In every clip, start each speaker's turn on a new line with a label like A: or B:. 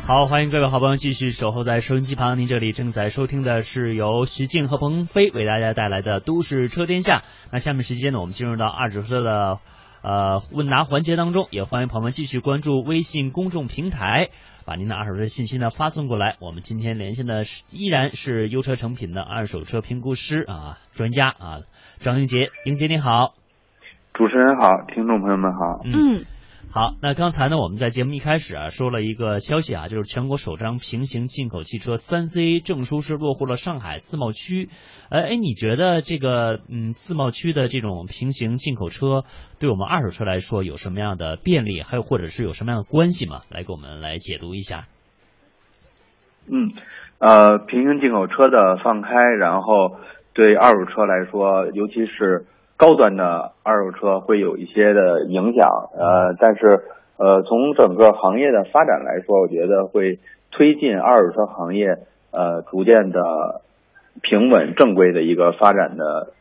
A: 好，欢迎各位好朋友继续守候在收音机旁。您这里正在收听的是由徐静和鹏飞为大家带来的《都市车天下》。那下面时间呢，我们进入到二手车的呃问答环节当中，也欢迎朋友们继续关注微信公众平台，把您的二手车信息呢发送过来。我们今天连线的是依然是优车成品的二手车评估师啊专家啊张英杰，英杰你好，
B: 主持人好，听众朋友们好。
A: 嗯。好，那刚才呢，我们在节目一开始啊，说了一个消息啊，就是全国首张平行进口汽车三 C 证书是落户了上海自贸区。呃，哎，你觉得这个嗯自贸区的这种平行进口车，对我们二手车来说有什么样的便利，还有或者是有什么样的关系吗？来给我们来解读一下。
B: 嗯，呃，平行进口车的放开，然后对二手车来说，尤其是。高端的二手车会有一些的影响，呃，但是呃，从整个行业的发展来说，我觉得会推进二手车行业呃逐渐的平稳正规的一个发展的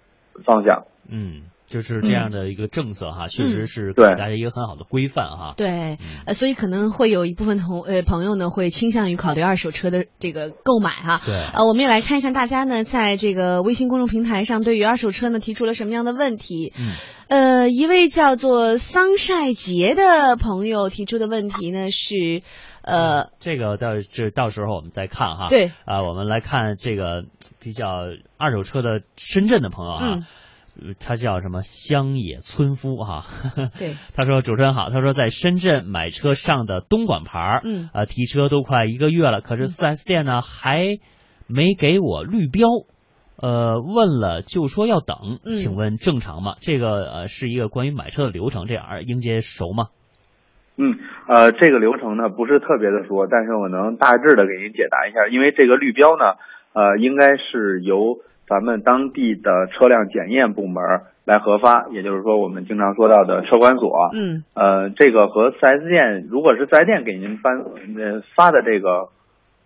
B: 方向。
A: 嗯。就是这样的一个政策哈，
B: 嗯、
A: 确实是给大家一个很好的规范哈。嗯
C: 对，呃，所以可能会有一部分同呃朋友呢会倾向于考虑二手车的这个购买哈。
A: 对，
C: 呃，我们也来看一看大家呢在这个微信公众平台上对于二手车呢提出了什么样的问题。
A: 嗯。
C: 呃，一位叫做桑晒杰的朋友提出的问题呢是，呃，
A: 这个到这到时候我们再看哈。
C: 对。
A: 啊、呃，我们来看这个比较二手车的深圳的朋友哈。
C: 嗯
A: 他叫什么？乡野村夫哈、
C: 啊。对。
A: 他说：“主持人好。”他说：“在深圳买车上的东莞牌，
C: 嗯，
A: 呃，提车都快一个月了，可是 4S 店呢还没给我绿标，呃，问了就说要等，请问正常吗？
C: 嗯、
A: 这个呃是一个关于买车的流程，这样英杰熟吗？”
B: 嗯，呃，这个流程呢不是特别的熟，但是我能大致的给您解答一下，因为这个绿标呢，呃，应该是由。咱们当地的车辆检验部门来核发，也就是说我们经常说到的车管所。
C: 嗯，
B: 呃，这个和 4S 店，如果是 4S 店给您颁呃发的这个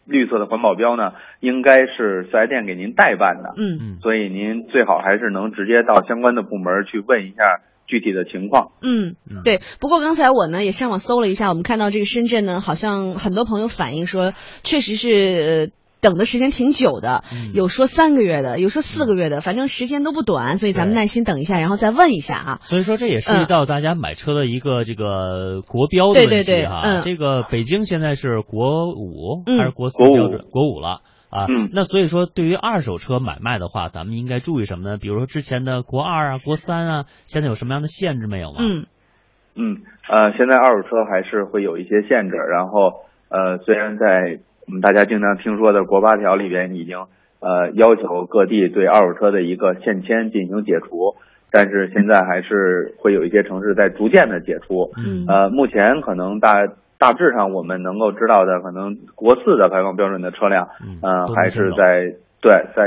B: 绿色的环保标呢，应该是 4S 店给您代办的。
C: 嗯嗯，
B: 所以您最好还是能直接到相关的部门去问一下。具体的情况，
C: 嗯，对。不过刚才我呢也上网搜了一下，我们看到这个深圳呢，好像很多朋友反映说，确实是。呃等的时间挺久的，
A: 嗯
C: 有说三个月的，有说四个月的，反正时间都不短，所以咱们耐心等一下，然后再问一下啊。
A: 所以说这也涉及到大家买车的一个这个国标的问题哈、啊。
C: 对对对嗯、
A: 这个北京现在是国五还是国四
B: 标准？
A: 国五了啊。
B: 嗯、
A: 那所以说，对于二手车买卖的话，咱们应该注意什么呢？比如说之前的国二啊、国三啊，现在有什么样的限制没有吗？
C: 嗯
B: 嗯呃，现在二手车还是会有一些限制，然后呃，虽然在。我们大家经常听说的国八条里边已经呃要求各地对二手车的一个限迁进行解除，但是现在还是会有一些城市在逐渐的解除。
C: 嗯，
B: 呃，目前可能大大致上我们能够知道的，可能国四的排放标准的车辆，
A: 嗯
B: 呃，还是在对在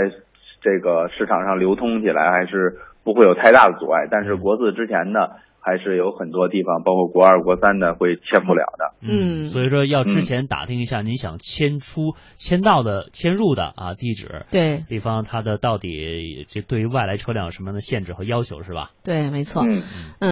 B: 这个市场上流通起来还是不会有太大的阻碍，但是国四之前的。还是有很多地方，包括国二、国三的会签不了的。
C: 嗯，
A: 所以说要之前打听一下，您想迁出、迁到的、迁入的啊地址，
C: 对，
A: 比方它的到底这对于外来车辆有什么样的限制和要求是吧？
C: 对，没错。
B: 嗯
C: 嗯。